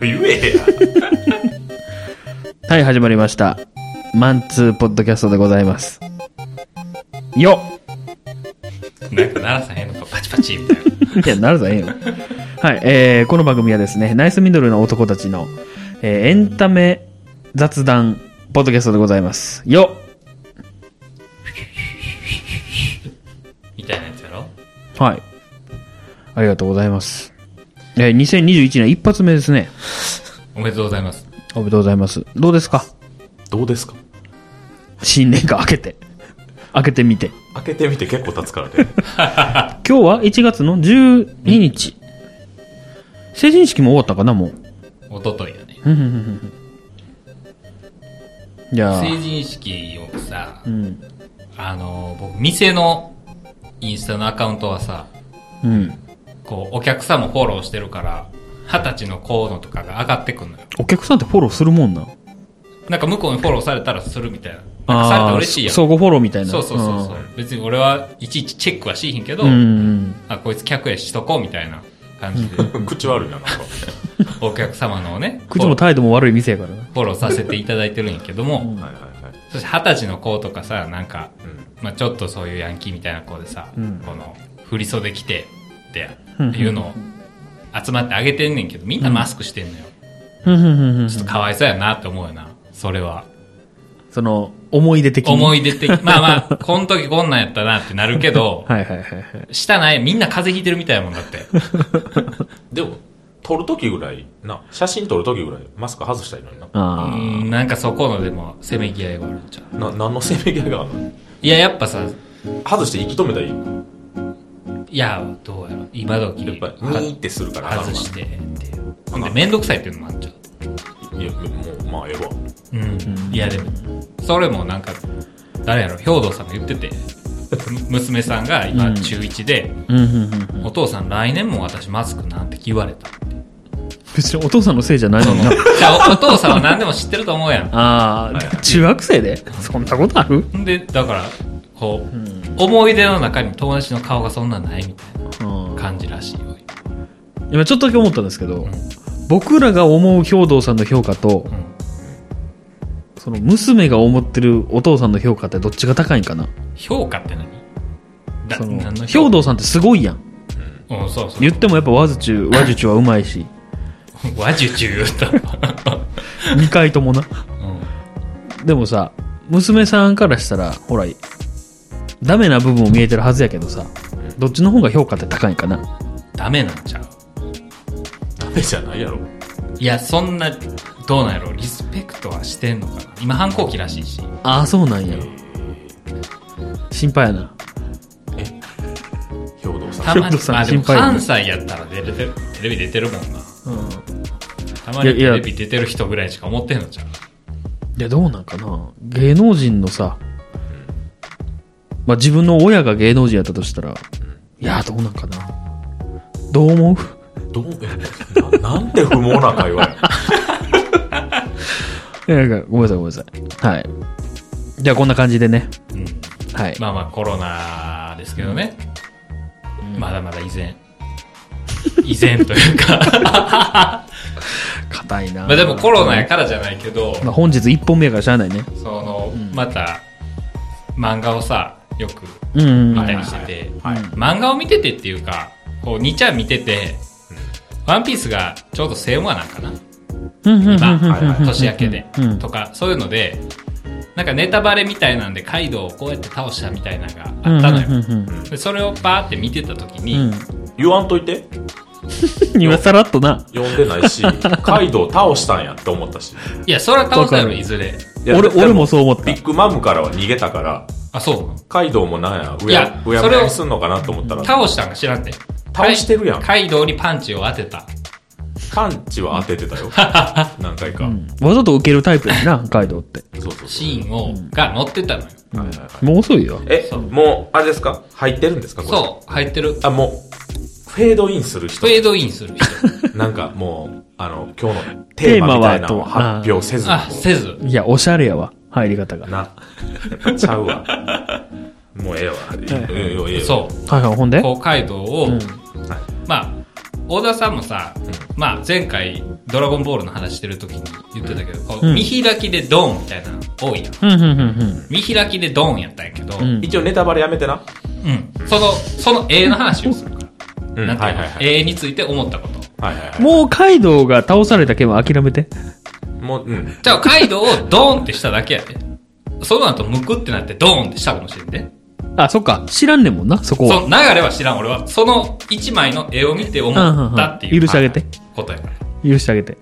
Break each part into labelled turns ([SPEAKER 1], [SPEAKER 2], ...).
[SPEAKER 1] 言えや。
[SPEAKER 2] はい、始まりました。マンツーポッドキャストでございます。よっ
[SPEAKER 1] なんか鳴らさへんのか、パチパチみたいな。
[SPEAKER 2] いや、なるぞ、ええよ。はい、えー、この番組はですね、ナイスミドルの男たちの、えーエンタメ雑談、ポッドキャストでございます。よ
[SPEAKER 1] みたいなやつやろ
[SPEAKER 2] っはい。ありがとうございます。えー、2021年一発目ですね。
[SPEAKER 1] おめでとうございます。
[SPEAKER 2] おめでとうございます。どうですか
[SPEAKER 3] どうですか
[SPEAKER 2] 新年が明けて。明けてみて。
[SPEAKER 3] 開けてみて結構経つからね。
[SPEAKER 2] 今日は1月の12日。成人式も終わったかな、もう。
[SPEAKER 1] おとといだね。
[SPEAKER 2] うんうんうんうんうんいやー
[SPEAKER 1] 成人式をさ
[SPEAKER 2] う、ん。
[SPEAKER 1] あの、僕、店のインスタのアカウントはさ、
[SPEAKER 2] うん。
[SPEAKER 1] こう、お客さんもフォローしてるから、二十歳の子のとかが上がってくんのよ。
[SPEAKER 2] お客さんってフォローするもんな。
[SPEAKER 1] なんか向こうにフォローされたらするみたいな。なんかされたら嬉しいやん。
[SPEAKER 2] 相互フォローみたいな。
[SPEAKER 1] そうそうそうそう。別に俺はいちいちチェックはしひんけど、
[SPEAKER 2] うん。うん。
[SPEAKER 1] あ、こいつ客やしとこうみたいな感じで、
[SPEAKER 3] 口悪いな、なんか。
[SPEAKER 1] お客様のをね、
[SPEAKER 2] 口も態度も悪い店やからな。
[SPEAKER 1] フォローさせていただいてるんやけども、
[SPEAKER 3] はいはいはい。
[SPEAKER 1] そして二十歳の子とかさ、なんか、まあちょっとそういうヤンキーみたいな子でさ、
[SPEAKER 2] うん
[SPEAKER 1] この、振り袖着て、って
[SPEAKER 2] うん
[SPEAKER 1] いうのを集まってあげてんねんけど、みんなマスクしてんのよ。
[SPEAKER 2] ふんふんふんふん
[SPEAKER 1] ちょっとかわいそうやなって思うよな、それは。
[SPEAKER 2] その、思い出的に。
[SPEAKER 1] 思い出的、 まあまあ、この時こんなんやったなってなるけど、
[SPEAKER 2] はいはいはいはい。
[SPEAKER 1] したない、みんな風邪ひいてるみたいなもんだって。
[SPEAKER 3] でも、撮るときぐらい、な、写真撮るときぐらい、マスク外したらいいのにな。
[SPEAKER 1] う
[SPEAKER 2] あ
[SPEAKER 1] ん、なんかそこのでも、せめぎ合いがあるんちゃう。
[SPEAKER 3] な、何のせめぎ合いがあるの
[SPEAKER 1] いや、やっぱさ、
[SPEAKER 3] 外して息止めたらいい。
[SPEAKER 1] いや、どうやろ、今時
[SPEAKER 3] やっぱ、ニーってするから。
[SPEAKER 1] 外してっていう。ほんで、めんどくさいっていうのもあっちゃう。
[SPEAKER 3] いや、もう、まあ、ええわ。
[SPEAKER 1] うん。いや、でも、それもなんか、誰やろ、兵藤さんが言って て、む娘さんが今中1で、
[SPEAKER 2] あ。うんうんうん。
[SPEAKER 1] お父さん来年も私マスクなんて言われた。
[SPEAKER 2] 別にお父さんのせいじゃないの
[SPEAKER 1] そ
[SPEAKER 2] に
[SPEAKER 1] の
[SPEAKER 2] な。
[SPEAKER 1] じゃあおお父さんは何でも知ってると思うやん。
[SPEAKER 2] ああ、中学生でそんなことある
[SPEAKER 1] ほんで、だから、こう、思い出の中に友達の顔がそんなんないみたい
[SPEAKER 2] うん
[SPEAKER 1] な感じらしいよ。
[SPEAKER 2] 今ちょっとだけ思ったんですけど、僕らが思う兵藤さんの評価と、
[SPEAKER 1] ん
[SPEAKER 2] その娘が思ってるお父さんの評価ってどっちが高いんかな
[SPEAKER 1] 評価って何だ
[SPEAKER 2] その
[SPEAKER 1] 何の
[SPEAKER 2] 兵藤さんってすごいやん
[SPEAKER 1] うん、そう そう。
[SPEAKER 2] 言ってもやっぱ和術中和術中はうまい し
[SPEAKER 1] 和術中言った。
[SPEAKER 2] 2回ともな
[SPEAKER 1] うん
[SPEAKER 2] でもさ娘さんからしたらほらダメな部分も見えてるはずやけどさどっちの方が評価って高いんかな
[SPEAKER 1] ダメなんちゃう
[SPEAKER 3] ダメじゃないやろ。
[SPEAKER 1] いや、そんな、どうなんやろリスペクトはしてんのかな今反抗期らしいし。
[SPEAKER 2] ああそうなんや心配やな
[SPEAKER 3] 兵藤さん。
[SPEAKER 1] たまに
[SPEAKER 2] ちょっと、さ
[SPEAKER 1] まあでも
[SPEAKER 2] 心配やね
[SPEAKER 1] 関西やったら出れてる、テレビ出てるもんな。
[SPEAKER 2] うん
[SPEAKER 1] たまに
[SPEAKER 2] いや
[SPEAKER 1] テ
[SPEAKER 2] いや
[SPEAKER 1] レビ出てる人ぐらいしか思ってんのじゃん。
[SPEAKER 2] いや、どうなんかな芸能人のさ、まあ、自分の親が芸能人やったとしたら、いや、どうなんかなどう思う
[SPEAKER 3] どう、え、な なんて不毛な会話や。
[SPEAKER 2] いやなんかごめんなさい、ごめんなさい。はい。じゃあ、こんな感じでね。
[SPEAKER 1] うん。
[SPEAKER 2] はい。
[SPEAKER 1] まあまあコロナですけどね。まだまだ依然。依然というか。
[SPEAKER 2] 硬いな
[SPEAKER 1] まあでもコロナやからじゃないけど、
[SPEAKER 2] まあ、本日1本目やからしゃあないね。
[SPEAKER 1] その、また、漫画をさ、よく
[SPEAKER 2] うんうん、うん
[SPEAKER 1] 見たりしてて、
[SPEAKER 2] はいはい
[SPEAKER 1] 漫画を見ててっていうか、こう、2ちゃん見てて、ワンピースがちょうどセーマなんかな。
[SPEAKER 2] うんうんうん
[SPEAKER 1] 今、
[SPEAKER 2] うんうんうん
[SPEAKER 1] 年明けで
[SPEAKER 2] うん。
[SPEAKER 1] とか、そういうので、なんかネタバレみたいなんで、カイドウをこうやって倒したみたいなのがあった
[SPEAKER 2] うん
[SPEAKER 1] の
[SPEAKER 2] う
[SPEAKER 1] よ。
[SPEAKER 2] ん
[SPEAKER 1] でそれをバーって見てた時
[SPEAKER 2] うんう
[SPEAKER 1] に
[SPEAKER 2] ん、
[SPEAKER 3] 言わんといて。
[SPEAKER 2] うん。今さらっとな。
[SPEAKER 3] 呼んでないし、カイドウ倒したんやって思ったし。
[SPEAKER 1] いや、それは倒せ
[SPEAKER 2] わか
[SPEAKER 1] る
[SPEAKER 2] る
[SPEAKER 1] いずれ。
[SPEAKER 3] いや
[SPEAKER 2] 俺、
[SPEAKER 3] でも
[SPEAKER 2] 俺もそう思った
[SPEAKER 3] ビ。ッグマムからは逃げたから、
[SPEAKER 1] あ、そ
[SPEAKER 3] カイドウもなんや、う
[SPEAKER 1] いや
[SPEAKER 3] や、うや
[SPEAKER 1] そ
[SPEAKER 3] む
[SPEAKER 1] れを
[SPEAKER 3] やにすんのかなと思った
[SPEAKER 1] う。
[SPEAKER 3] ら、
[SPEAKER 1] 倒したんか知らんて。
[SPEAKER 3] 倒してるやん
[SPEAKER 1] カイカイドウにパンチを当てた。
[SPEAKER 3] パンチは当て てたよ。何回か。
[SPEAKER 2] わざと受けるタイプやな、カイドウって。
[SPEAKER 3] そうそうそ
[SPEAKER 1] シーンを、が載ってたのよ。
[SPEAKER 3] う。はいはいはい
[SPEAKER 2] もう遅いよ。
[SPEAKER 3] え、もう、あれですか入ってるんですかこれ
[SPEAKER 1] そう、入ってる。
[SPEAKER 3] あ、もう、フェードインする
[SPEAKER 1] フ。
[SPEAKER 3] 人
[SPEAKER 1] ェードインする 人。
[SPEAKER 3] なんかもう、あの、今日のテーマみたいなのを
[SPEAKER 2] テーマはと
[SPEAKER 3] 発表せずに。
[SPEAKER 1] あ、せず。
[SPEAKER 2] いや、おしゃれやわ。入り方が。
[SPEAKER 3] な。やっぱちゃうわ。もうええわ。
[SPEAKER 2] い
[SPEAKER 3] ええよ、ええよ。
[SPEAKER 1] そ
[SPEAKER 2] はいはい、ほんで
[SPEAKER 1] う公会堂を、
[SPEAKER 2] うん
[SPEAKER 1] まあ小田さんもさ、まあ、前回「ドラゴンボール」の話してる時に言ってたけど、こう
[SPEAKER 2] うん
[SPEAKER 1] 見開きでドンみたいなの多いやん
[SPEAKER 2] うんうんうん
[SPEAKER 1] 見開きでドンやったんやけど、
[SPEAKER 2] うんうん。
[SPEAKER 3] 一応ネタバレやめてな。
[SPEAKER 1] うんそのその絵の話をするから
[SPEAKER 3] うん
[SPEAKER 1] なん
[SPEAKER 3] は
[SPEAKER 1] てい
[SPEAKER 3] いうは
[SPEAKER 1] の
[SPEAKER 3] いはい。
[SPEAKER 1] 絵について思ったこと
[SPEAKER 3] はいはいは
[SPEAKER 2] もうカイドウが倒された件は諦めて。
[SPEAKER 3] い。もう、うん。
[SPEAKER 1] じゃあカイドウをドーンってしただけやでその後ムクってなってドーンってしたかもしれんね
[SPEAKER 2] あ、そっか。知らんねんもんな、そこ
[SPEAKER 1] その
[SPEAKER 2] は。
[SPEAKER 1] 流れは知らん俺はその一枚の絵を見て思ったっていう
[SPEAKER 2] 許してあげて。
[SPEAKER 1] ことやから
[SPEAKER 2] 許してあげて。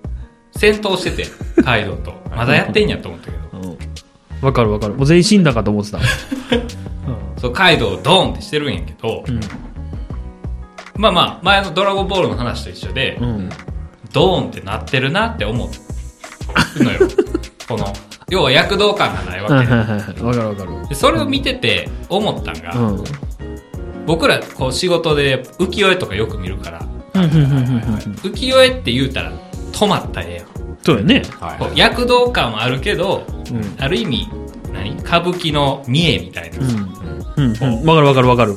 [SPEAKER 1] 戦闘しててカイドウとまだやってんやと思ったけど
[SPEAKER 2] わかるわかる。もう全員死んだかと思ってた。
[SPEAKER 1] そうカイドウをドーンってしてるんやけど、
[SPEAKER 2] ん
[SPEAKER 1] まあまあ前の「ドラゴンボール」の話と一緒で、
[SPEAKER 2] うん。うん。
[SPEAKER 1] ドーンってなってるなって思う のよこの要は躍動感がない
[SPEAKER 2] はいは
[SPEAKER 1] わ
[SPEAKER 2] い
[SPEAKER 1] け、
[SPEAKER 2] はい。わかるわかる。
[SPEAKER 1] でそれを見てて思ったんが、
[SPEAKER 2] うん。
[SPEAKER 1] 僕らこう仕事で浮世絵とかよく見るから、浮世絵って言うたら止まった絵やん、
[SPEAKER 2] そうやね。
[SPEAKER 3] はい
[SPEAKER 1] こう躍動感はあるけど
[SPEAKER 2] うん。
[SPEAKER 1] ある意味何歌舞伎の見えみたいな、
[SPEAKER 2] うん。うん。わかるわかるわかる。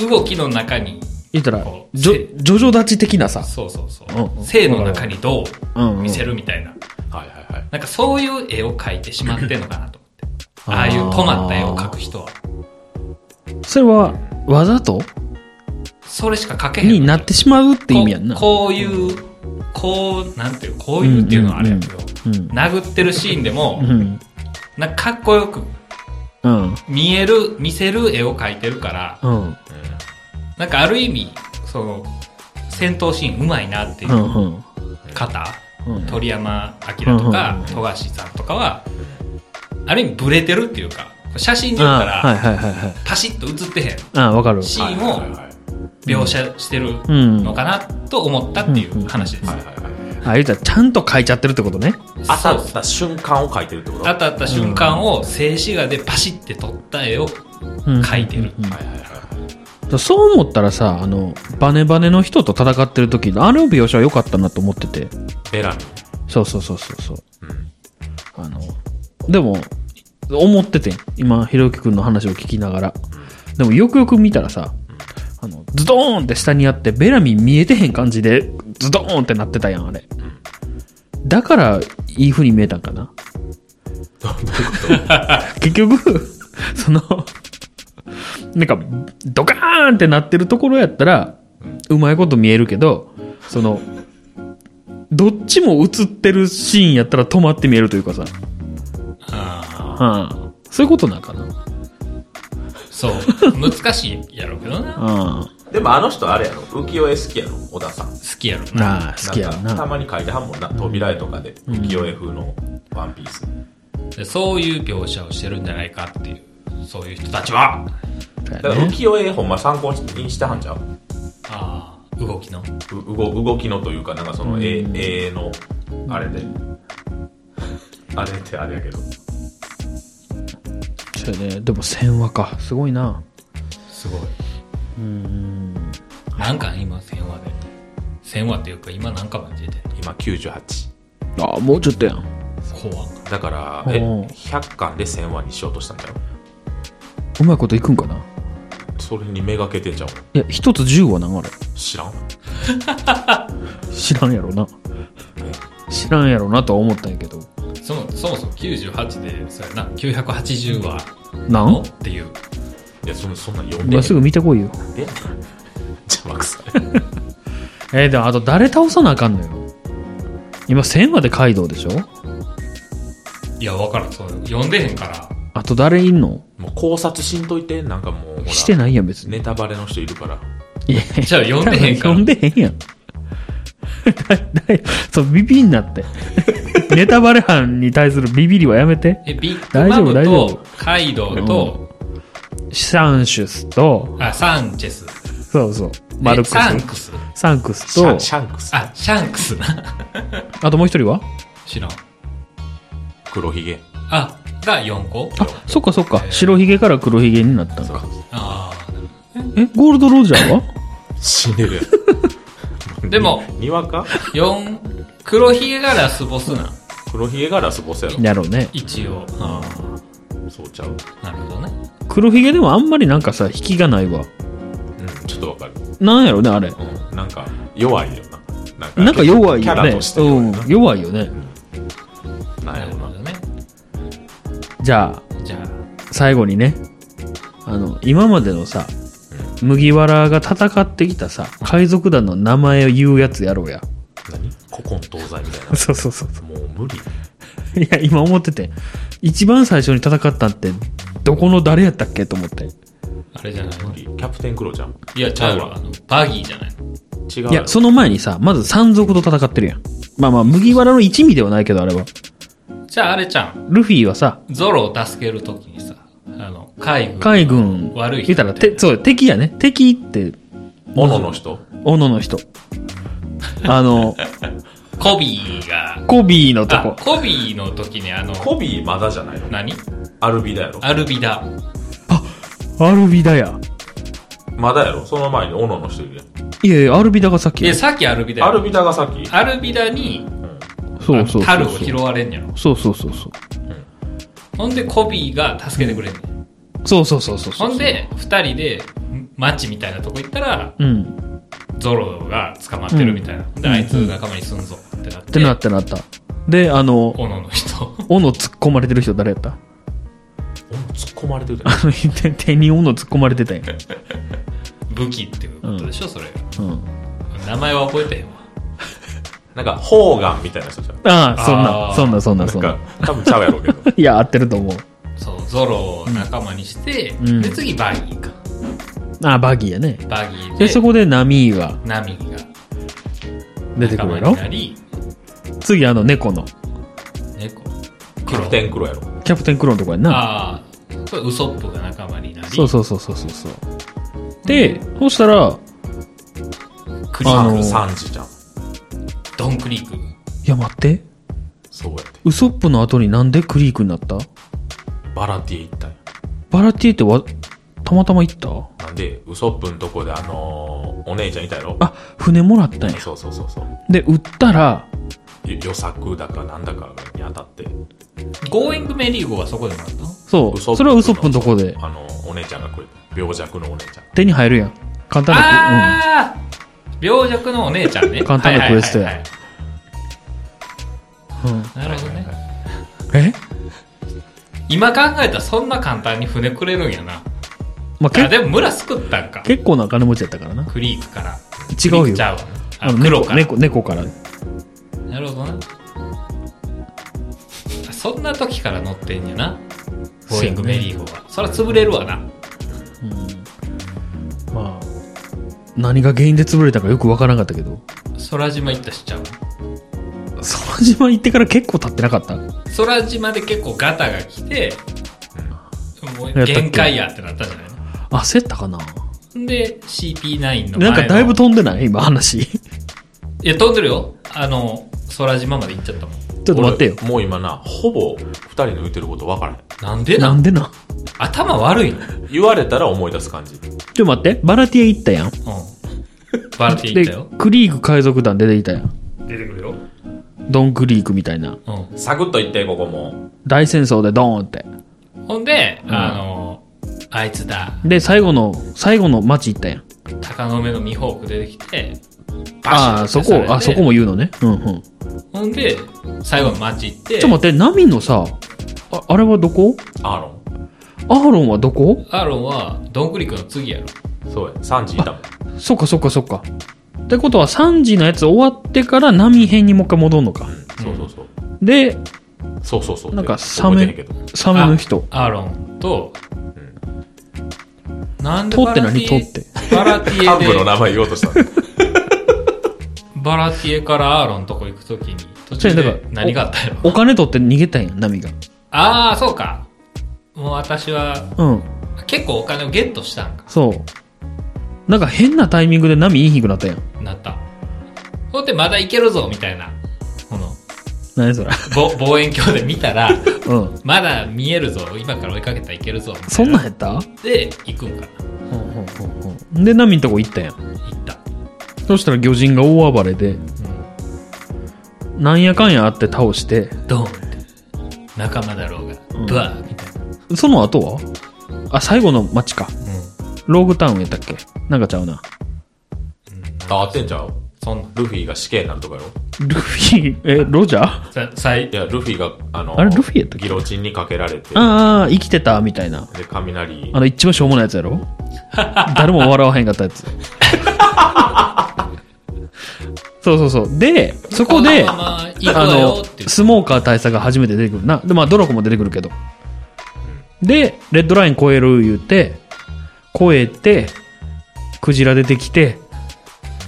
[SPEAKER 1] う動きの中に
[SPEAKER 2] 言ったら
[SPEAKER 1] こ、う
[SPEAKER 2] ジ
[SPEAKER 1] せ
[SPEAKER 2] ョ、ジョジョ立ち的なさ。
[SPEAKER 1] そうそうそう
[SPEAKER 2] うんうん
[SPEAKER 1] 性の中にど
[SPEAKER 2] うんう
[SPEAKER 1] うん見せるみたいな、
[SPEAKER 3] はいはいはい。
[SPEAKER 1] なんかそういう絵を描いてしまってんのかなと思ってああいう止まった絵を描く人は
[SPEAKER 2] それは、わざと
[SPEAKER 1] それしか描けへん
[SPEAKER 2] になってしまうって意味やんな。
[SPEAKER 1] こうこういうこうなんていうこういうっていうのはあれやけど、
[SPEAKER 2] うんうん
[SPEAKER 1] 殴ってるシーンでも、
[SPEAKER 2] うん。
[SPEAKER 1] なんかかっこよく
[SPEAKER 2] うん。
[SPEAKER 1] 見える見せる絵を描いてるから
[SPEAKER 2] うん。。
[SPEAKER 1] なんかある意味その戦闘シーンうまいなっていううん
[SPEAKER 2] うん。
[SPEAKER 1] 方、
[SPEAKER 2] うん
[SPEAKER 1] 鳥山明と
[SPEAKER 2] うんうん
[SPEAKER 1] か
[SPEAKER 2] うん
[SPEAKER 1] 富樫さんとかはある意味ブレてるっていうか写真で言った
[SPEAKER 2] あ
[SPEAKER 1] ら
[SPEAKER 2] あ、はいはいはいはい。
[SPEAKER 1] パシッと写ってへん
[SPEAKER 2] ああ、わかる。
[SPEAKER 1] シ
[SPEAKER 3] はい
[SPEAKER 1] ー
[SPEAKER 3] はい
[SPEAKER 1] ンを
[SPEAKER 3] はい
[SPEAKER 1] 描写してる
[SPEAKER 2] うん。
[SPEAKER 1] のかなと思ったっていう話です。
[SPEAKER 3] はいはいはいはい。
[SPEAKER 2] あ、言うたら、ちゃんと書いちゃってるってことね。
[SPEAKER 3] 当
[SPEAKER 1] そう
[SPEAKER 3] たった瞬間を書いてるってこと
[SPEAKER 1] 当たった瞬間を静止画でパシッて撮った絵を描いてる。
[SPEAKER 3] はいはいはい。
[SPEAKER 2] そう思ったらさ、あの、バネバネの人と戦ってる時の、あの描写は良かったなと思ってて。
[SPEAKER 3] ベラミ。
[SPEAKER 2] そうそうそうそうそう。あの、でも、思っててん。今、ひろゆきくんの話を聞きながら。でも、よくよく見たらさ、あの、ズドーンって下にあって、ベラミン見えてへん感じで、ズドーンってなってたやん、あれ。だから、いい風に見えたんかな。結局、その、なんか、ドカーンってなってるところやったら、うまいこと見えるけど、その、どっちも映ってるシーンやったら止まって見えるというかさ、
[SPEAKER 1] あ
[SPEAKER 2] はあ、そういうことなんかな。
[SPEAKER 1] ーそう。難しいやろうけどな。
[SPEAKER 2] あ
[SPEAKER 3] でもあの人あれやろ。浮世絵好きやろ、小田さん。
[SPEAKER 1] 好きやろ
[SPEAKER 2] あ、
[SPEAKER 1] な。
[SPEAKER 2] なあ、好きやろ
[SPEAKER 3] んかた
[SPEAKER 2] な。
[SPEAKER 3] まに書いてはんもんな。扉絵とかで。浮世絵風のワンピース。
[SPEAKER 1] でそういう描写をしてるんじゃないかっていう。そういう人たちは、
[SPEAKER 2] だ
[SPEAKER 3] だ
[SPEAKER 2] よ
[SPEAKER 3] か
[SPEAKER 2] ね
[SPEAKER 3] ら浮世絵ほんま参考にしてはんじゃう
[SPEAKER 1] ああ、動きの。
[SPEAKER 3] う動動きのというかなんかその絵,、絵のあれであれってあれやけど
[SPEAKER 2] そうやね。でも、線話か。すごいな。
[SPEAKER 1] すごい。うん。なんか今、1000話で。1000話っていうか、今何かまで出てん
[SPEAKER 3] 今98
[SPEAKER 2] ああ、もうちょっとやん。
[SPEAKER 1] の怖っ
[SPEAKER 3] だからえ
[SPEAKER 2] おう
[SPEAKER 3] 100巻で1000話にしようとしたんだよ
[SPEAKER 2] うまいこといくんかな。
[SPEAKER 3] それにめがけてんじゃん
[SPEAKER 2] いや、一つ10はな、あれ。
[SPEAKER 3] 知らん
[SPEAKER 2] 知らんやろな。知らんやろなとは思ったんやけど。
[SPEAKER 1] そもそもそも98で、そうやな、980話
[SPEAKER 2] なん
[SPEAKER 1] のっていう。
[SPEAKER 3] いやそんそんなん読んで
[SPEAKER 2] 今すぐ見てこいよ。
[SPEAKER 3] で 邪魔くさい
[SPEAKER 2] えー、でもあと誰倒さなあかんのよ。今、1000話でカイドウでしょ
[SPEAKER 1] いや、わからん。そう読んでへんから。
[SPEAKER 2] あと誰いんの
[SPEAKER 3] もう考察しんといてなんかもうほら
[SPEAKER 2] してないやん、別に。
[SPEAKER 3] ネタバレの人いるから
[SPEAKER 2] いや、
[SPEAKER 1] じゃあ読んでへん から
[SPEAKER 2] 読んでへんやん。だだそう、ビビんな って。ネタバレ犯に対するビビりはやめて。
[SPEAKER 1] え、ビッグマム
[SPEAKER 2] 大丈夫大丈
[SPEAKER 1] と、カイドウと、
[SPEAKER 2] サンシュスと、
[SPEAKER 1] あ、サンチェス。
[SPEAKER 2] そうそう、マルクス。
[SPEAKER 1] えサンクス。
[SPEAKER 2] サンクス
[SPEAKER 3] シャ
[SPEAKER 2] と
[SPEAKER 3] ン、シャンクス
[SPEAKER 1] あ、シャンクスな。
[SPEAKER 2] あともう一人は
[SPEAKER 1] 知らん。
[SPEAKER 3] 黒ひげ
[SPEAKER 1] あ、が4個
[SPEAKER 2] あ、そっかそっか。白ひげから黒ひげになったのか。
[SPEAKER 1] あ
[SPEAKER 2] え、ゴールドロジャーは
[SPEAKER 3] 死んでる
[SPEAKER 1] あ。 でも、
[SPEAKER 3] にわか
[SPEAKER 1] 4、黒ひげがラスボスなん。
[SPEAKER 3] 黒ひげがラスボスやろ
[SPEAKER 2] やろうね。
[SPEAKER 1] 一応。
[SPEAKER 3] そうちゃう、
[SPEAKER 1] なるほどね。
[SPEAKER 2] 黒ひげでもあんまりなんかさ、引きがないわ。
[SPEAKER 3] うん、ちょっとわかる、
[SPEAKER 2] なんやろね、あれ。
[SPEAKER 3] うん、なんか弱いよななんか
[SPEAKER 2] なんか弱いよね。
[SPEAKER 3] キャラとして弱いな
[SPEAKER 2] うん、弱いよね。
[SPEAKER 3] なん
[SPEAKER 1] な
[SPEAKER 3] や
[SPEAKER 1] る
[SPEAKER 3] ろ
[SPEAKER 1] ほ
[SPEAKER 3] な
[SPEAKER 1] どね。
[SPEAKER 2] じゃあ、
[SPEAKER 1] じゃ
[SPEAKER 2] 最後にね、あの、今までのさ、麦わらが戦ってきたさ、海賊団の名前を言うやつやろうや。
[SPEAKER 3] 何古今東西みたい
[SPEAKER 2] そうそうそう。
[SPEAKER 3] なもう無理
[SPEAKER 2] いや、今思ってて、一番最初に戦ったんって、どこの誰やったっけと思って。
[SPEAKER 1] あ、あれじゃない
[SPEAKER 3] 無理キャプテンクロちゃん
[SPEAKER 1] いや、ちゃうわ。あの、バギーじゃない
[SPEAKER 3] 違う
[SPEAKER 2] いや、その前にさ、まず山賊と戦ってるやん。まあまあ、麦わらの一味ではないけど、あれは。
[SPEAKER 1] じゃあ、あれちゃん。
[SPEAKER 2] ルフィはさ、
[SPEAKER 1] ゾロを助けるときにさ、あの、海軍。
[SPEAKER 2] 海軍、
[SPEAKER 1] 悪い人
[SPEAKER 2] 言ったら、てそう、敵やね。敵って、
[SPEAKER 3] 斧の人
[SPEAKER 2] 斧の人。あの、
[SPEAKER 1] コビーが、
[SPEAKER 2] コビーのと
[SPEAKER 1] あ
[SPEAKER 2] こ、。
[SPEAKER 1] コビーの時にあの、
[SPEAKER 3] コビーまだじゃないの
[SPEAKER 1] 何
[SPEAKER 3] アルビだやろ
[SPEAKER 1] アルビダ。
[SPEAKER 2] アルビダや。
[SPEAKER 3] まだやろその前に斧の人いる
[SPEAKER 2] いやいや、アルビダがさっき
[SPEAKER 1] え、
[SPEAKER 2] や。
[SPEAKER 1] さっきアルビダ
[SPEAKER 3] やん
[SPEAKER 1] や
[SPEAKER 3] ア
[SPEAKER 1] ろ
[SPEAKER 3] ルビダがさっき
[SPEAKER 1] アルビダに、
[SPEAKER 2] そうそうそうそう。
[SPEAKER 1] タルを拾われんやろ。
[SPEAKER 2] そうそうそうそう。
[SPEAKER 1] ほんで、コビーが助けてくれんねん。
[SPEAKER 2] そうそうそうそうそう。
[SPEAKER 1] ほん、で、二人で、街みたいなとこ行ったら、
[SPEAKER 2] うん。
[SPEAKER 1] ゾロが捕まってるみたいな。で、あいつ仲間にすんぞってなっ
[SPEAKER 2] って
[SPEAKER 1] て、
[SPEAKER 2] なったなった。で、あの、
[SPEAKER 1] 斧の人。
[SPEAKER 2] 斧突っ込まれてる人誰やった
[SPEAKER 3] 斧突っ込まれてるやん
[SPEAKER 2] あの、手手に斧突っ込まれてたやん。
[SPEAKER 1] 武器っていうことでしょ、それ。
[SPEAKER 2] うん。
[SPEAKER 1] 名前は覚えてへんわ。
[SPEAKER 3] なんか砲丸みたいな人じゃん
[SPEAKER 2] ああ、そん
[SPEAKER 1] あー
[SPEAKER 2] な、そんな、そんな、
[SPEAKER 3] な
[SPEAKER 2] そ
[SPEAKER 3] ん
[SPEAKER 2] んな
[SPEAKER 3] か。多分ちゃうやろうけ ど
[SPEAKER 2] いや、合ってると思う。
[SPEAKER 1] そう、ゾロを仲間にして、
[SPEAKER 2] ん
[SPEAKER 1] で、次バギーか。
[SPEAKER 2] ああ、バギーやね。
[SPEAKER 1] バギー
[SPEAKER 2] で、そ
[SPEAKER 1] で、
[SPEAKER 2] こでナミーが
[SPEAKER 1] ナミが
[SPEAKER 2] 出て
[SPEAKER 1] 仲間
[SPEAKER 2] くるやろ
[SPEAKER 1] になり、
[SPEAKER 2] 次、あの、猫の、
[SPEAKER 1] 猫。
[SPEAKER 3] キャプテンクロやろ
[SPEAKER 2] キャプテンクローのとこやんな。
[SPEAKER 1] ああ、これウソップが仲間になり、
[SPEAKER 2] そうそうそうそうそうそう。で、そうしたら、
[SPEAKER 1] クリ
[SPEAKER 2] あ
[SPEAKER 1] ー
[SPEAKER 2] の
[SPEAKER 1] ク、
[SPEAKER 3] サンジじゃん
[SPEAKER 1] ドンクリーク。
[SPEAKER 2] いや、待って。
[SPEAKER 3] そうやって
[SPEAKER 2] ウソップの後になんでクリークになった
[SPEAKER 3] バラティエ行ったんや
[SPEAKER 2] バラティエってわ、たまたま行った
[SPEAKER 3] なんでウソップんとこであのーお姉ちゃんいたやろ
[SPEAKER 2] あ、船もらったんや。
[SPEAKER 3] そうそうそうそう
[SPEAKER 2] で、売ったら、
[SPEAKER 3] よ予作だかなんだかに当たって
[SPEAKER 1] ゴーイングメリーゴーはそこでもらったの
[SPEAKER 2] そう、それはウソップのとこで
[SPEAKER 3] あのお姉ちゃんがくれた病弱のお姉ちゃん
[SPEAKER 2] 手に入るやん。簡単な、
[SPEAKER 1] ああ、病弱のお姉ちゃんね。
[SPEAKER 2] 簡単なクエストや
[SPEAKER 1] はいはい
[SPEAKER 2] うん。うん
[SPEAKER 1] はいはいなるほどね。
[SPEAKER 2] え
[SPEAKER 1] 今考えたらそんな簡単に船くれるんやな。
[SPEAKER 2] まあ、
[SPEAKER 1] あ、
[SPEAKER 2] け
[SPEAKER 1] でも村救ったんか。
[SPEAKER 2] 結構な金持ちやったからな。
[SPEAKER 1] クリークから。クリ
[SPEAKER 2] 違う
[SPEAKER 1] ー
[SPEAKER 2] よ
[SPEAKER 1] クち。ゃうわ
[SPEAKER 2] あ
[SPEAKER 1] あ、
[SPEAKER 2] の
[SPEAKER 1] 黒から。
[SPEAKER 2] 猫猫から。
[SPEAKER 1] なるほどな。そんな時から乗ってんやな。ボーイングメリーゴーは。そら潰れるわな。
[SPEAKER 2] まあ、何が原因で潰れたかよくわからなかったけど、
[SPEAKER 1] 空島行ったしちゃう。
[SPEAKER 2] 空島行ってから結構経ってなかった。
[SPEAKER 1] 空島で結構ガタが来て、も
[SPEAKER 2] た
[SPEAKER 1] う
[SPEAKER 2] っけ
[SPEAKER 1] 限界やってなったじゃない
[SPEAKER 2] 焦ったかな
[SPEAKER 1] ので、CP9 の前の。
[SPEAKER 2] なんかだいぶ飛んでない今 話。ち
[SPEAKER 1] いや、飛んでるよ。あの、空島まで行っちゃったもん。
[SPEAKER 2] ょっと待ってよ。
[SPEAKER 3] 俺もう今なほぼ2人の言ってること分からへん
[SPEAKER 1] なんでな
[SPEAKER 2] なんでなん
[SPEAKER 1] 頭悪いのうん。
[SPEAKER 3] 言われたら思い出す感じ
[SPEAKER 2] ちょっと待って、バラティエ行ったやん。
[SPEAKER 1] バルティ行ったよ。
[SPEAKER 2] で、クリーク海賊団出ていたやん。
[SPEAKER 1] 出てくるよ。
[SPEAKER 2] ドンクリークみたいな。
[SPEAKER 1] う
[SPEAKER 3] サクッと言ってここも
[SPEAKER 2] 大戦争でドーンって。
[SPEAKER 1] ん。ほんで、あの、あいつだ、
[SPEAKER 2] で、最後の、最後の街行ったやん。
[SPEAKER 1] 鷹の目のミホーク出てきて、
[SPEAKER 2] ああ、
[SPEAKER 1] バシ
[SPEAKER 2] そ
[SPEAKER 1] ッてされ
[SPEAKER 2] こ
[SPEAKER 1] て、
[SPEAKER 2] あ、そこ。も言うのね。うんうん。ちょ
[SPEAKER 1] ほんで、最後の街行って、
[SPEAKER 2] っと待って、ナミのさ、ああれはどこ
[SPEAKER 3] アーロン
[SPEAKER 2] アーロンはどこ
[SPEAKER 1] アーロンは、ドンクリックの次やろ。
[SPEAKER 3] そうやサンジいたもん
[SPEAKER 2] そっかそっかそっか。ってことは3時のやつ終わってから波編にもう一回戻るのか。
[SPEAKER 3] そうそうそう
[SPEAKER 2] で、
[SPEAKER 3] そうそうそう
[SPEAKER 2] なんかサ
[SPEAKER 3] 覚え
[SPEAKER 2] メ
[SPEAKER 3] てへんけど、
[SPEAKER 2] サメの人。
[SPEAKER 1] アーロンと、なんで
[SPEAKER 2] とって
[SPEAKER 1] バラテ
[SPEAKER 2] 何
[SPEAKER 1] ィ
[SPEAKER 2] と
[SPEAKER 1] エ
[SPEAKER 2] って。
[SPEAKER 1] バラティ
[SPEAKER 3] 幹部の
[SPEAKER 1] エで、
[SPEAKER 3] 名前言おうとしたの
[SPEAKER 1] バラティエからアーロンとこ行くときに、途中
[SPEAKER 2] それだ
[SPEAKER 1] で
[SPEAKER 2] から
[SPEAKER 1] 何があったやろ。
[SPEAKER 2] お金取って逃げたんや、波が。
[SPEAKER 1] ああ、そうか。もう私は、
[SPEAKER 2] うん。
[SPEAKER 1] 結構お金をゲットしたんか。
[SPEAKER 2] そう。なんか変なタイミングで波いいひくなったやん。
[SPEAKER 1] なった。ほんで、まだいけるぞ、みたいな。この、
[SPEAKER 2] 何それ。
[SPEAKER 1] ぼ 望遠鏡で見たら、
[SPEAKER 2] うん。
[SPEAKER 1] まだ見えるぞ、今から追いかけたらいけるぞ、みたいな。
[SPEAKER 2] そんなんやった
[SPEAKER 1] で、行くんか
[SPEAKER 2] で、波んとこ行ったやん。
[SPEAKER 1] な。行った。
[SPEAKER 2] そしたら魚人が大暴れで、なんやかんやあって倒して、
[SPEAKER 1] ドーンって。仲間だろうが、ブワーみたいな。
[SPEAKER 2] その後はあ、最後の街か。
[SPEAKER 1] うん。
[SPEAKER 2] ローグタウンやったっけなんかちゃうな。
[SPEAKER 3] あ、合ってんちゃう
[SPEAKER 1] そんな。
[SPEAKER 3] ルフィが死刑になるとかよ。
[SPEAKER 2] ルフィ、え、ロジャーあ
[SPEAKER 1] さ、最
[SPEAKER 3] い、や、ルフィが、あの、
[SPEAKER 2] あれルフィやったっけ
[SPEAKER 3] ギロチンにかけられて、
[SPEAKER 2] あー、生きてたみたいな。
[SPEAKER 3] で、雷
[SPEAKER 2] あ、の、一番しょうもないやつ やろ誰も笑わへんかったやつ。そうそうそう。で、そこで、
[SPEAKER 1] まあ
[SPEAKER 2] あ
[SPEAKER 1] まあ、いい子だよ
[SPEAKER 2] の
[SPEAKER 1] って、言って。
[SPEAKER 2] スモーカー大佐が初めて出てくるな。で、まあ、ドラコも出てくるけど。で、レッドライン越える言うて、越えて、クジラ出てきて、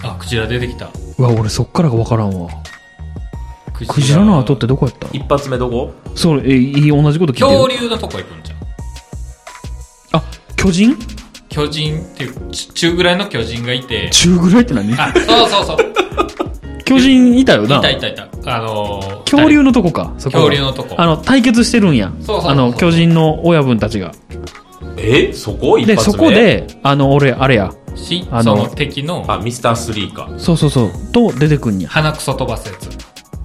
[SPEAKER 1] あ、クジラ出てきた。
[SPEAKER 2] うわ、俺そっからが分からんわ。
[SPEAKER 1] クジ
[SPEAKER 2] クジラの後ってどこやった
[SPEAKER 3] 一発目どこ
[SPEAKER 2] そう、え、いい同じこと聞いてる。
[SPEAKER 1] 恐竜のとこ行くんじゃん。
[SPEAKER 2] あ、巨人
[SPEAKER 1] 巨人っていう、ち中ぐらいの巨人がいて、
[SPEAKER 2] 中ぐらいって何
[SPEAKER 1] あ、そうそうそう。
[SPEAKER 2] 巨人いたよな。
[SPEAKER 1] いたいたいた。あのー、
[SPEAKER 2] 恐竜のとこか、そこは
[SPEAKER 1] 恐竜のとこ
[SPEAKER 2] あの、対決してるんや。
[SPEAKER 1] そうそうそうそう
[SPEAKER 2] あの、巨人の親分たちが。
[SPEAKER 3] えそこ一
[SPEAKER 2] で、
[SPEAKER 3] 発目
[SPEAKER 2] そこ、で、あの、俺、あれや。
[SPEAKER 1] 二人し、
[SPEAKER 2] あ
[SPEAKER 1] そ
[SPEAKER 2] の
[SPEAKER 1] の敵の
[SPEAKER 3] あ、ミスター3か。
[SPEAKER 2] そうそうそう。と、出てくんや。
[SPEAKER 1] 鼻くそ飛ばすやつ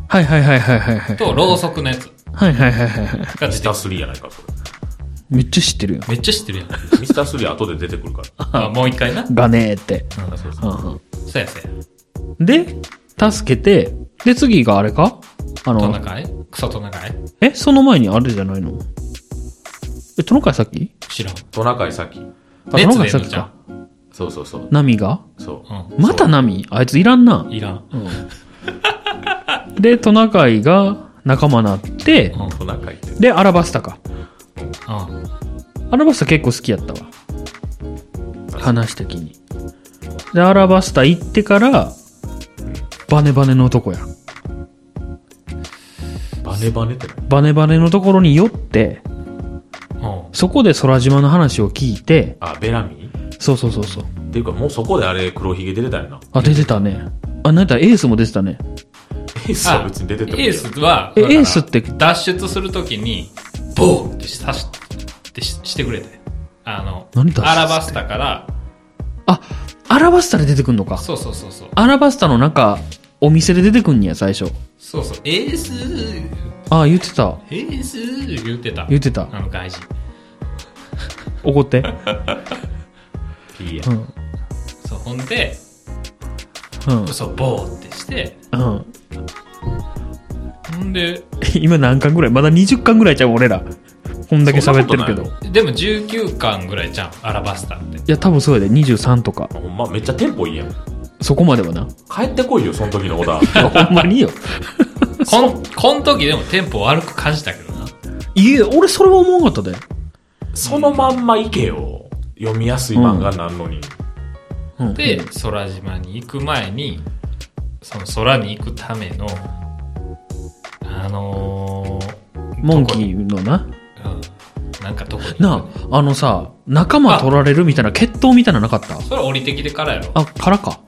[SPEAKER 2] はいはいはいはいはいはい。
[SPEAKER 1] と、ろうそくのやつ
[SPEAKER 2] はいはいはいはいはい。
[SPEAKER 1] が
[SPEAKER 3] ミ
[SPEAKER 1] 出て
[SPEAKER 3] スター
[SPEAKER 1] く
[SPEAKER 3] 3やないか、それ。
[SPEAKER 2] めっちゃ知ってるやん。
[SPEAKER 1] る。めっちゃ知ってるやん。
[SPEAKER 3] ミスター3後で出てくるから。
[SPEAKER 1] あもう一回な。
[SPEAKER 2] ガネーって。
[SPEAKER 3] あそうそう
[SPEAKER 2] うん
[SPEAKER 1] そうやそうや。
[SPEAKER 2] うんで、助けて、で、次があれかあ
[SPEAKER 1] トナ
[SPEAKER 2] の、
[SPEAKER 1] カイクソトナカイ
[SPEAKER 2] え、その前にあれじゃないのえ、トナカイさっき
[SPEAKER 1] 知らん。
[SPEAKER 3] トナカイ先。
[SPEAKER 2] あ
[SPEAKER 1] 熱
[SPEAKER 2] トナカ
[SPEAKER 1] 出
[SPEAKER 2] イさっ
[SPEAKER 1] る
[SPEAKER 2] き
[SPEAKER 1] じゃ
[SPEAKER 2] か
[SPEAKER 1] ん。。
[SPEAKER 3] そうそうそう。
[SPEAKER 2] ナミが
[SPEAKER 3] そう。
[SPEAKER 1] う
[SPEAKER 2] またナミあいついらんな。
[SPEAKER 1] ん。いらん。
[SPEAKER 2] で、トナカイが仲間なって、
[SPEAKER 1] うん
[SPEAKER 3] トナカイって。
[SPEAKER 2] で、アラバスタか。
[SPEAKER 1] うん。
[SPEAKER 2] アラバスタ結構好きやったわ。話的に。で、アラバスタ行ってから、バネバネのとこや。
[SPEAKER 3] バネバネって何
[SPEAKER 2] バネバネのところに寄って、
[SPEAKER 1] うん。
[SPEAKER 2] そこで空島の話を聞いて、
[SPEAKER 3] あ、ベラミー
[SPEAKER 2] そうそうそうそう。
[SPEAKER 3] っていうか、もうそこであれ、黒ひげ出てたよな。
[SPEAKER 2] あ、出てたね。あ、なんだエースも出てたね。
[SPEAKER 3] エースは別に出て
[SPEAKER 1] エ
[SPEAKER 3] てもい
[SPEAKER 1] ー
[SPEAKER 3] いよ
[SPEAKER 1] スは、
[SPEAKER 2] え
[SPEAKER 1] だから
[SPEAKER 2] エースって
[SPEAKER 1] 脱出するときに、ボーンって刺し、ってししてくれて。あの、
[SPEAKER 2] 何脱出って
[SPEAKER 1] アラバスタから、
[SPEAKER 2] あ、アラバスタで出てくんのか。
[SPEAKER 1] そうそうそうそう。
[SPEAKER 2] アラバスタの中、お店で出てくんねや、最初。
[SPEAKER 1] そうそう。エース
[SPEAKER 2] あ、言ってた。
[SPEAKER 1] エース言ってた。
[SPEAKER 2] 言ってた
[SPEAKER 1] あの外人。
[SPEAKER 2] 怒 って。
[SPEAKER 3] ピー
[SPEAKER 2] う
[SPEAKER 3] エン
[SPEAKER 2] ん。
[SPEAKER 1] そう、ほんで、
[SPEAKER 2] うん。
[SPEAKER 1] そう、ボーンってして、
[SPEAKER 2] うん。
[SPEAKER 1] ほんで、
[SPEAKER 2] 今何巻ぐらいまだ20巻ぐらいちゃう俺ら。こんだけ喋ってるけ
[SPEAKER 3] そんなこと
[SPEAKER 2] ど。
[SPEAKER 3] ないい
[SPEAKER 1] でも19巻ぐらいじゃん、アラバスタって。
[SPEAKER 2] や、多分そうやで。23とか。
[SPEAKER 3] ほんま、めっちゃテンポいいやん。
[SPEAKER 2] そこまではな。
[SPEAKER 3] 帰ってこいよ、その時のオーダー。
[SPEAKER 2] ほんまによ。
[SPEAKER 1] こん、こん時でもテンポ悪く感じたけどな。
[SPEAKER 2] いえ、俺それは思わなかったで。
[SPEAKER 3] そのまんま行けよ。読みやすい漫画なんのに。
[SPEAKER 2] うん、
[SPEAKER 1] で、空島に行く前に、その空に行くための、あのー、
[SPEAKER 2] モンキーのな。
[SPEAKER 1] とこに、うん、なんかとこに。
[SPEAKER 2] なあ、あのさ、仲間取られるみたいな、決闘みたいなのなかった
[SPEAKER 1] それ降りてきてからやろ。
[SPEAKER 2] あ、からか。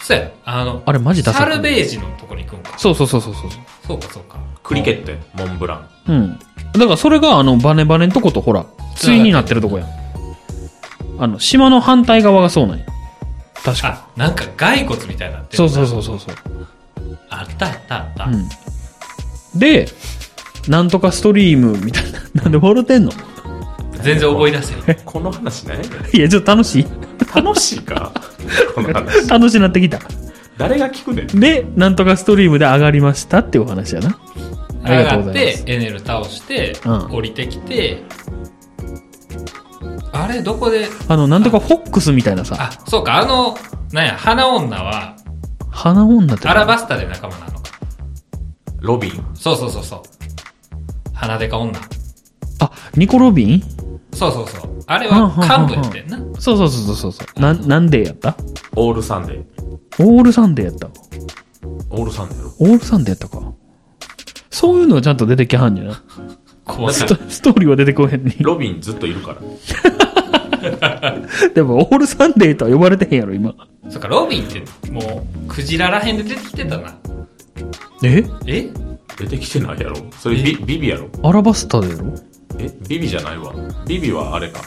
[SPEAKER 1] そうや、あの、
[SPEAKER 2] あれマジダサ
[SPEAKER 1] サ
[SPEAKER 2] い
[SPEAKER 1] ルベージのとこに行くんか。
[SPEAKER 2] そうそうそうそうそう。
[SPEAKER 1] そうか、そうか。
[SPEAKER 3] クリケットやモンブラン。
[SPEAKER 2] うん。だからそれが、あの、バネバネんとことほら、対になってるとこやん。あの、島の反対側がそうなんや。確か。
[SPEAKER 1] あ、なんか骸骨みたいになってる
[SPEAKER 2] そうそうそうそうそう。
[SPEAKER 1] あったあったあった。
[SPEAKER 2] うん、で、なんとかストリームみたいな。 なんで笑ってんの
[SPEAKER 1] 全然思い出せない。
[SPEAKER 3] この話何やねん
[SPEAKER 2] いや、ちょっと楽しい。
[SPEAKER 3] 楽しいかこの話。
[SPEAKER 2] 楽しいなってきた。
[SPEAKER 3] 誰が聞くねん。
[SPEAKER 2] で、なんとかストリームで上がりましたっていうお話やな。あり
[SPEAKER 1] 上
[SPEAKER 2] がとう
[SPEAKER 1] が
[SPEAKER 2] ご
[SPEAKER 1] っ
[SPEAKER 2] ざいま
[SPEAKER 1] て
[SPEAKER 2] す。
[SPEAKER 1] エネル倒して、
[SPEAKER 2] うん
[SPEAKER 1] 降りてきてあれどこで
[SPEAKER 2] あの、なんとかフォックスみたいなさ、
[SPEAKER 1] あそうかあのなんや花女は
[SPEAKER 2] 花女って。
[SPEAKER 1] アラバスタで仲間なのか
[SPEAKER 3] ロビン。
[SPEAKER 1] そうそうそうそう花でか女
[SPEAKER 2] あ、ニコロビン
[SPEAKER 1] そうそうそうあれ
[SPEAKER 2] うん
[SPEAKER 1] は
[SPEAKER 2] うんうんうん
[SPEAKER 1] 幹部やってんな
[SPEAKER 2] そうそうそうそうそう。な、なんでやった
[SPEAKER 3] オールサンデー。
[SPEAKER 2] オールサンデーやった。
[SPEAKER 3] オールサンデーの
[SPEAKER 2] オールサンデーやったか。そういうのはちゃんと出てきはんじゃな。
[SPEAKER 1] 怖い
[SPEAKER 2] ストストーリーは出てこへんに。
[SPEAKER 3] ロビンずっといるから。
[SPEAKER 2] でも、オールサンデーとは呼ばれてへんやろ、今。
[SPEAKER 1] そうかロビンってもうクジラらへんで出てきてたな
[SPEAKER 2] え
[SPEAKER 1] え
[SPEAKER 3] 出てきてないやろ。それビビビやろ。
[SPEAKER 2] アラバスタでやろ
[SPEAKER 3] えビビじゃないわ。ビビはあれか。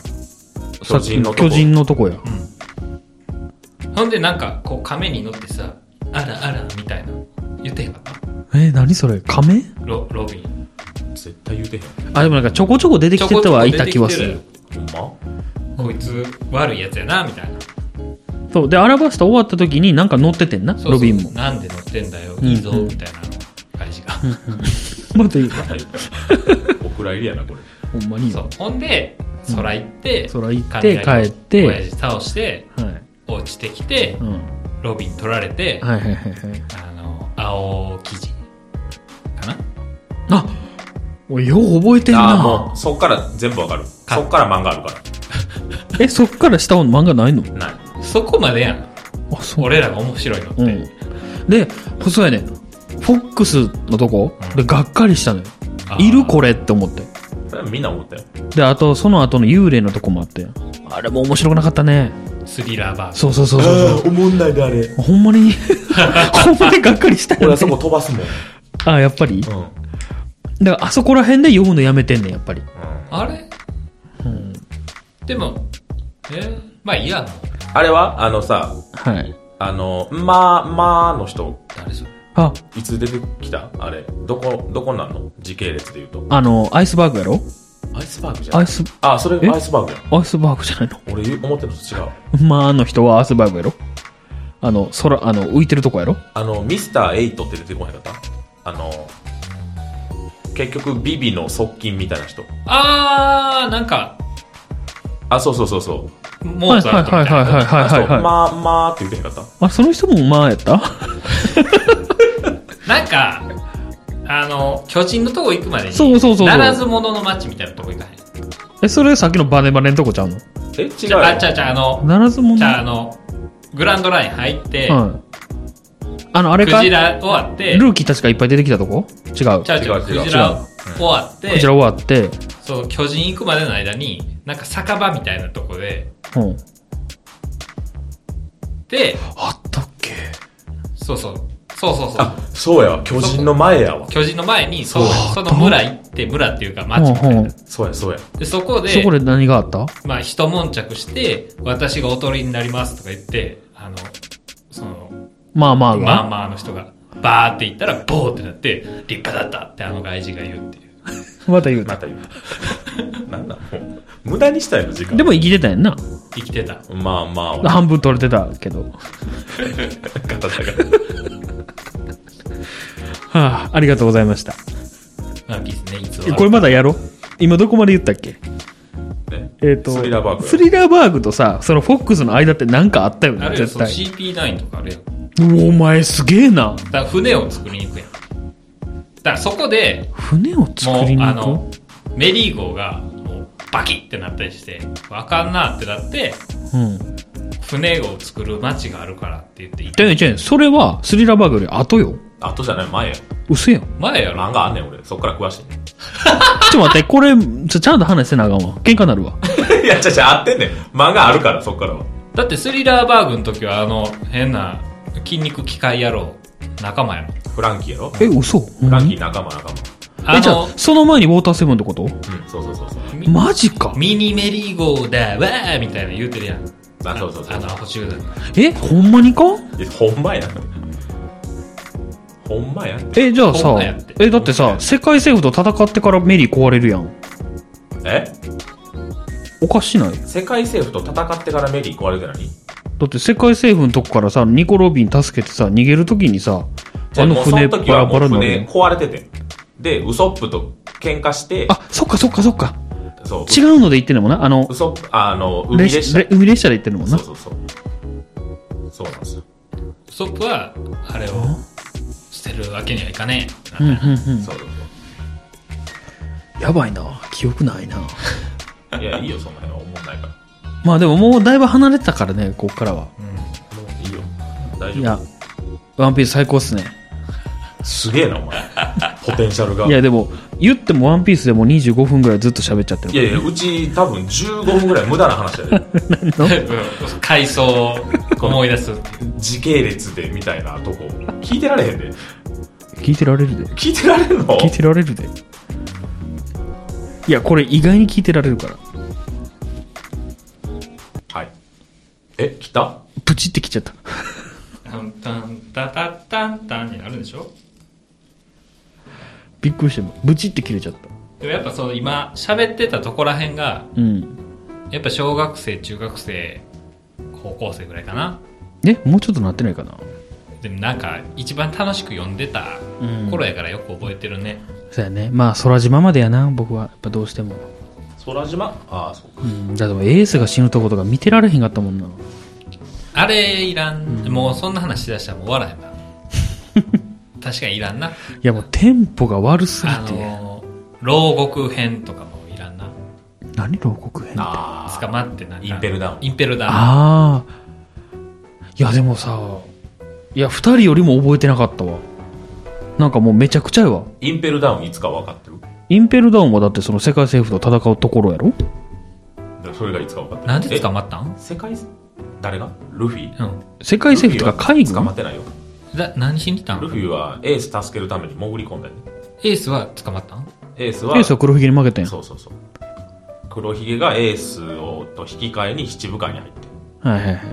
[SPEAKER 2] さ
[SPEAKER 3] 巨
[SPEAKER 2] っき
[SPEAKER 3] 人の
[SPEAKER 2] の
[SPEAKER 3] と
[SPEAKER 2] 巨
[SPEAKER 3] こ
[SPEAKER 2] 人のとこや。
[SPEAKER 1] ほんでなんかこう亀に乗ってさあらあらみたいな言ってへんかっ
[SPEAKER 2] え、何それ亀
[SPEAKER 1] たロロビン
[SPEAKER 3] 絶対言うてへん
[SPEAKER 2] あ、でもなんかちょこちょこ出てきてたはいた気はす
[SPEAKER 1] ちょ
[SPEAKER 2] る
[SPEAKER 1] こ。
[SPEAKER 3] ほんま
[SPEAKER 1] こいつ悪いやつやなみたいな
[SPEAKER 2] そう。で、アラバスタ終わった時になんか乗っててんな、
[SPEAKER 1] そうそう
[SPEAKER 2] ロビンも。
[SPEAKER 1] なんで乗ってんだよいいぞみたいなのが彼氏が
[SPEAKER 2] またいいわ。
[SPEAKER 3] お蔵入りやなこれ
[SPEAKER 2] ほんまにい い
[SPEAKER 1] そ
[SPEAKER 2] わ
[SPEAKER 1] うほんで空行って、
[SPEAKER 2] 空行って
[SPEAKER 1] 雷を
[SPEAKER 2] 帰って
[SPEAKER 1] 親父倒して
[SPEAKER 2] はい。
[SPEAKER 1] 落ちてきて
[SPEAKER 2] うん。
[SPEAKER 1] ロビン取られて、
[SPEAKER 2] はいはいはいはい。
[SPEAKER 1] あの青生地かな
[SPEAKER 2] あおいよう覚えてん
[SPEAKER 3] ああも
[SPEAKER 2] な
[SPEAKER 3] う。そっから全部わかる
[SPEAKER 1] か
[SPEAKER 3] そっから漫画あるか
[SPEAKER 2] え、そっから下の漫画ないの
[SPEAKER 3] らない
[SPEAKER 1] そこまでやん
[SPEAKER 2] あ、そう。
[SPEAKER 1] 俺らが面白いのって、
[SPEAKER 2] うん。で、そうやね。フォックスのとこでがっかりしたのよ。
[SPEAKER 1] あー
[SPEAKER 2] いるこれって思って。
[SPEAKER 3] それはみんな思ったよ
[SPEAKER 2] で、あと、その後の幽霊のとこもあって。あれも面白くなかったね。
[SPEAKER 1] スリラーバー
[SPEAKER 2] そうそうそうそう
[SPEAKER 3] おもんないであれ
[SPEAKER 2] ほんまに、ほんまにがっかりしたよ、ね。
[SPEAKER 3] 飛ばすもん
[SPEAKER 2] あ、やっぱり
[SPEAKER 3] うん
[SPEAKER 2] だから、あそこら辺で読むのやめてんねん、やっぱり。
[SPEAKER 1] あれ
[SPEAKER 2] うん。
[SPEAKER 1] でもえーまあいいやもう
[SPEAKER 3] あれはあのさ
[SPEAKER 2] はい。
[SPEAKER 3] あのまあまあの人
[SPEAKER 1] 誰それ
[SPEAKER 2] あ、
[SPEAKER 3] いつ出てきたあれどこどこなんの時系列で言うと
[SPEAKER 2] あの、アイスバーグやろ
[SPEAKER 3] アイスバーグじゃん
[SPEAKER 2] アイス、
[SPEAKER 3] あそ
[SPEAKER 2] え
[SPEAKER 3] れアイスバーグや
[SPEAKER 2] アイスバーグじゃないの
[SPEAKER 3] 俺思ってるのと違う
[SPEAKER 2] まあ、あの人はアースバイブやろあの、空、あの、浮いてるとこやろ
[SPEAKER 3] あのミスターエイトって出てこへんかったあの結局ビビの側近みたいな人
[SPEAKER 1] あーなんか
[SPEAKER 3] あそうそうそうそう
[SPEAKER 1] モーツァルトみたいな、
[SPEAKER 2] はいはいはい
[SPEAKER 3] あ
[SPEAKER 2] はい
[SPEAKER 3] そ
[SPEAKER 2] は
[SPEAKER 3] う
[SPEAKER 2] い。
[SPEAKER 3] まあまあって言ってへんかった
[SPEAKER 2] あ、その人もまあやった
[SPEAKER 1] なんかあの巨人のとこ行くまでに
[SPEAKER 2] そうそうそうそう
[SPEAKER 1] ならず者の町みたいなとこ行かへん
[SPEAKER 2] え、それさっきのバネバネのとこちゃうの
[SPEAKER 3] え違う
[SPEAKER 1] じゃあじゃあじゃああの
[SPEAKER 2] ならずも
[SPEAKER 1] じ
[SPEAKER 2] ね。
[SPEAKER 1] ゃああのグランドライン入って、
[SPEAKER 2] はい。あの、あれ
[SPEAKER 1] ク
[SPEAKER 2] か
[SPEAKER 1] ジ
[SPEAKER 2] ル
[SPEAKER 1] ラ終わって
[SPEAKER 2] ーキーたちがいっぱい出てきたとこ違う。
[SPEAKER 1] ちゃうちゃう
[SPEAKER 3] 違う違う
[SPEAKER 1] クジラ終わって
[SPEAKER 2] こちら終わって、
[SPEAKER 1] そう巨人行くまでの間になんか酒場みたいなとこで
[SPEAKER 2] うん。
[SPEAKER 1] で
[SPEAKER 2] あったっけ
[SPEAKER 1] そうそうそうそうそう
[SPEAKER 3] あそうやわ巨人の前やわ
[SPEAKER 1] 巨人の前にそう
[SPEAKER 2] そう
[SPEAKER 1] その村行って村っていうか町みた
[SPEAKER 2] う
[SPEAKER 1] い
[SPEAKER 2] んう。
[SPEAKER 1] なん
[SPEAKER 3] そうやそうや
[SPEAKER 1] でそこで
[SPEAKER 2] そこで何があった
[SPEAKER 1] まあ一悶着して私がおとりになりますとか言ってあのその
[SPEAKER 2] まあまあが。
[SPEAKER 1] まあまあの人がバーって行ったらボーってなって立派だったってあの外人が言うっていう
[SPEAKER 2] また言う
[SPEAKER 3] ま
[SPEAKER 2] た。
[SPEAKER 3] た言うなんだもう無駄にしたやろ時間
[SPEAKER 2] でも生きてたやんな。
[SPEAKER 1] 生きてた
[SPEAKER 3] まあまあ俺
[SPEAKER 2] 半分取れてたけど。は
[SPEAKER 3] 方だから
[SPEAKER 2] あ、ありがとうございました。
[SPEAKER 1] ワンピースねいつ
[SPEAKER 2] え
[SPEAKER 1] 終わる
[SPEAKER 2] これまだやろ今どこまで言ったっけ
[SPEAKER 3] ね
[SPEAKER 2] えっと、
[SPEAKER 3] スリラーバーグ
[SPEAKER 2] スリラーバーグとさ、そのフォックスの間って何かあったよ
[SPEAKER 1] あ
[SPEAKER 2] ね、
[SPEAKER 1] るよ
[SPEAKER 2] 絶
[SPEAKER 1] その
[SPEAKER 2] 対。
[SPEAKER 1] CP9 とかあるよ
[SPEAKER 2] うおお前すげえな。
[SPEAKER 1] だから船を作りに行くやんだからそこで
[SPEAKER 2] 船を
[SPEAKER 1] も
[SPEAKER 2] 作り
[SPEAKER 1] う
[SPEAKER 2] に
[SPEAKER 1] あ
[SPEAKER 2] 行
[SPEAKER 1] の
[SPEAKER 2] く
[SPEAKER 1] メリー号がもうバキってなったりしてわかんなってなって
[SPEAKER 2] うん。
[SPEAKER 1] 船を作る町があるからって言って行
[SPEAKER 2] じゃ
[SPEAKER 1] く
[SPEAKER 2] ねじゃねそれはスリラーバーグより後よ。
[SPEAKER 3] あとじゃない前や
[SPEAKER 2] 嘘やん。
[SPEAKER 1] 前やろ
[SPEAKER 3] 漫画あんねん俺そっから詳しい ね
[SPEAKER 2] ちょっと待って、これ、ちょちゃんと話せなあかんわ。喧嘩なるわ。
[SPEAKER 3] いや、ちゃちゃ、合ってんねん。漫画あるから、そっからは。
[SPEAKER 1] だってスリラーバーグの時はあの変な筋肉機械野郎仲間やろ
[SPEAKER 3] フランキーやろ
[SPEAKER 2] え、嘘ほん
[SPEAKER 3] フ
[SPEAKER 2] ま
[SPEAKER 3] ランキ
[SPEAKER 2] に
[SPEAKER 3] ー仲間仲間。
[SPEAKER 1] あ
[SPEAKER 2] え、じゃあ
[SPEAKER 1] の、
[SPEAKER 2] その前にウォーターセブンってこと
[SPEAKER 3] うん、そうそうそうそう。
[SPEAKER 1] み
[SPEAKER 2] マジか。
[SPEAKER 1] ミニメリー号だわーみたいな言うてるやん
[SPEAKER 3] あ、そうそうそう
[SPEAKER 1] あのアホ集団
[SPEAKER 2] え、ほんまにか
[SPEAKER 3] いや。ほんまやん。ほんまやん。
[SPEAKER 2] え、じゃあ
[SPEAKER 1] ほん
[SPEAKER 2] さ
[SPEAKER 1] まやって、
[SPEAKER 2] え、だってさ、世界政府と戦ってからメリー壊れるやん。
[SPEAKER 3] え
[SPEAKER 2] おかしない
[SPEAKER 3] 世界政府と戦ってからメリー壊れて何
[SPEAKER 2] だって世界政府のとこからさ、ニコ・ロビン助けてさ、逃げるときにさ、
[SPEAKER 3] じゃ
[SPEAKER 2] あの
[SPEAKER 3] もうそ
[SPEAKER 2] 船
[SPEAKER 3] の
[SPEAKER 2] バ
[SPEAKER 3] 時は
[SPEAKER 2] ラ
[SPEAKER 3] も
[SPEAKER 2] バ
[SPEAKER 3] う
[SPEAKER 2] ラになる
[SPEAKER 3] 船
[SPEAKER 2] やん。
[SPEAKER 3] 壊れてて。で、ウソップと喧嘩して、
[SPEAKER 2] あ、そっかそっかそっか。
[SPEAKER 3] そう。
[SPEAKER 2] 違うので言ってんのもんな。あの
[SPEAKER 3] ウ、ソップ、あの、海
[SPEAKER 2] レ
[SPEAKER 3] でし
[SPEAKER 2] シ
[SPEAKER 3] た
[SPEAKER 2] レ。海列車で言ってんのもん
[SPEAKER 3] そ
[SPEAKER 2] な
[SPEAKER 3] う。そうそう。そうなんですよ。
[SPEAKER 1] ウソップはあれを捨てるわけにはいかねえ
[SPEAKER 2] うんうんうん。
[SPEAKER 3] そうそう
[SPEAKER 2] やばいな。記憶ないな。
[SPEAKER 3] そう。いや、いいよ、その辺は。思んないから。も
[SPEAKER 2] まあでももうだいぶ離れてたからね、こっからは。
[SPEAKER 3] ういいよ。大
[SPEAKER 2] い
[SPEAKER 3] 丈
[SPEAKER 2] や、ワンピース最高っすね。
[SPEAKER 3] 夫。すげえな、お前。 ポテンシャルが
[SPEAKER 2] い。やでも、言ってもワンピースでもう25分ぐらいずっと喋っちゃってる
[SPEAKER 3] い。やいや、うち多分15分ぐらい無駄な話だよ。
[SPEAKER 1] うん 回想を思い出すっていう
[SPEAKER 3] 時系列でみたいなとこ。聞いてられへんで。
[SPEAKER 2] 聞いてられるで。
[SPEAKER 3] 聞いてられるの
[SPEAKER 2] 聞いてられるで。いや、これ意外に聞いてられるから。
[SPEAKER 3] はい。え、来た
[SPEAKER 2] プチって来ちゃった。
[SPEAKER 1] タンタンタタッタンタンになるんでしょ
[SPEAKER 2] びっくりして、ブチって切れちゃった。
[SPEAKER 1] でもやっぱその今喋ってたとこら辺が
[SPEAKER 2] うん。
[SPEAKER 1] やっぱ小学生中学生高校生ぐらいかな
[SPEAKER 2] え、もうちょっとなってないかな
[SPEAKER 1] でもなんか一番楽しく読んでた頃やからよく覚えてるね、
[SPEAKER 2] そうやね。まあ、空島までやな、僕は。やっぱどうしても。
[SPEAKER 3] 空島ああ、そうか。
[SPEAKER 2] うん。だってもうエースが死ぬとことか見てられへんかったもんな。
[SPEAKER 1] あれいらん、もうそんな話しだしたらもう笑えば 確かにいらんない
[SPEAKER 2] や、もうテンポが悪すぎ
[SPEAKER 1] あ
[SPEAKER 2] て。
[SPEAKER 1] の牢獄編とかもいらんな
[SPEAKER 2] 何牢獄編って。あ
[SPEAKER 3] あ
[SPEAKER 1] 捕まってなんか
[SPEAKER 3] インペルダウン
[SPEAKER 1] インペルダウン
[SPEAKER 2] あー。いや、でもさ、いや、二人よりも覚えてなかったわ。なんかもうめちゃくちゃやわ。
[SPEAKER 3] インペルダウンいつか分かってる
[SPEAKER 2] インペルダウンはだってその世界政府と戦うところやろ
[SPEAKER 3] だからそれがいつか分かってる。
[SPEAKER 1] なんで捕
[SPEAKER 3] ま
[SPEAKER 1] まったん
[SPEAKER 3] 世界、誰がルフィ
[SPEAKER 1] うん
[SPEAKER 2] 世界政府とか海
[SPEAKER 3] ルフィは捕
[SPEAKER 2] 軍
[SPEAKER 3] まってないよ。
[SPEAKER 1] だ何しに来た
[SPEAKER 3] ル
[SPEAKER 1] ん
[SPEAKER 3] フィはエース助けるために潜り込んだよね。
[SPEAKER 1] エースは捕まったん
[SPEAKER 3] エース
[SPEAKER 2] エ
[SPEAKER 3] は、
[SPEAKER 2] ースは黒ひげに負けたやん。
[SPEAKER 3] そうそうそう。黒ひげがエースをと引き換えに七部会に入ってる。
[SPEAKER 2] はいはいはい。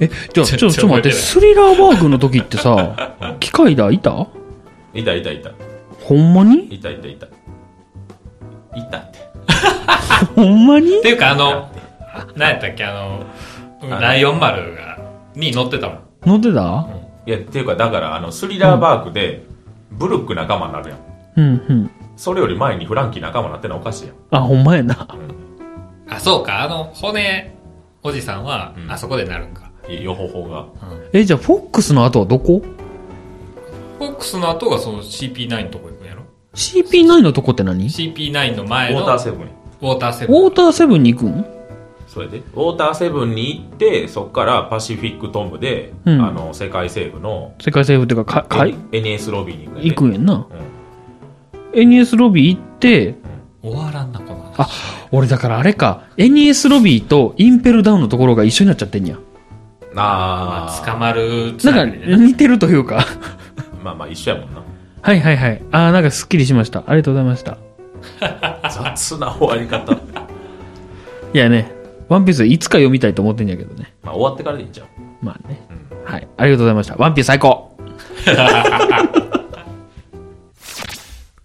[SPEAKER 2] え、じゃあ、ちょ、
[SPEAKER 1] 全然
[SPEAKER 2] ちょっと待っ
[SPEAKER 1] 覚えて
[SPEAKER 2] て、
[SPEAKER 1] ない
[SPEAKER 2] スリラーバーグの時って さ、機械だいた
[SPEAKER 3] いたいたいた。
[SPEAKER 2] ほんまに
[SPEAKER 3] いたいたいた。いたって。
[SPEAKER 2] ほんまに
[SPEAKER 1] っていうかあの何やったっけあのライオン丸がに乗ってたもん
[SPEAKER 2] 乗ってた
[SPEAKER 3] いや、っていうか、だから、あの、スリラーバークで、ブルック仲間になるやん。
[SPEAKER 2] うんうん。
[SPEAKER 3] それより前にフランキー仲間になってのはおかしいやん。
[SPEAKER 2] あ、ほんまやな。
[SPEAKER 1] あそうかあの骨おじさんは、
[SPEAKER 3] うん
[SPEAKER 1] あそこでなるんか、
[SPEAKER 3] 予報法が。
[SPEAKER 1] うん
[SPEAKER 2] え、じゃあ、フォックスの後はどこ
[SPEAKER 1] フォックスの後がその CP9 のとこ行くんやろ
[SPEAKER 2] ?CP9 のとこって何ウォ
[SPEAKER 1] CP9 の
[SPEAKER 3] ウ
[SPEAKER 1] 前
[SPEAKER 3] ォ
[SPEAKER 1] の
[SPEAKER 3] ーターセブンに。
[SPEAKER 1] ウォーターセブン
[SPEAKER 2] ーターセブンに行くん
[SPEAKER 3] それで、ウォーターセブンに行って、そっからパシフィックトンブで、
[SPEAKER 2] うん
[SPEAKER 3] あの、世界西部の、
[SPEAKER 2] 世界政府っていうか、か、かい
[SPEAKER 3] NS ロビーに行く、ね。
[SPEAKER 2] 行くんやんな。
[SPEAKER 3] うん。
[SPEAKER 2] NS ロビー行って、
[SPEAKER 1] 終わらんなこの話
[SPEAKER 2] あ、俺だからあれか、NS ロビーとインペルダウンのところが一緒になっちゃってんや。
[SPEAKER 1] ま
[SPEAKER 3] あ
[SPEAKER 1] あ
[SPEAKER 3] ー、
[SPEAKER 1] 捕まるつな
[SPEAKER 2] なん
[SPEAKER 1] り
[SPEAKER 2] か、
[SPEAKER 1] でね
[SPEAKER 2] 似てるというか。
[SPEAKER 3] まあまあ一緒やもんな。
[SPEAKER 2] はいはいはい。あー、なんかすっきりしました。ありがとうございました。
[SPEAKER 3] 雑な終わり方。
[SPEAKER 2] いやね、ワンピースいつか読みたいと思ってんやけどね。
[SPEAKER 3] まあ終わってからでいいんちゃう
[SPEAKER 2] まあね。はい。ありがとうございました。ワンピース最高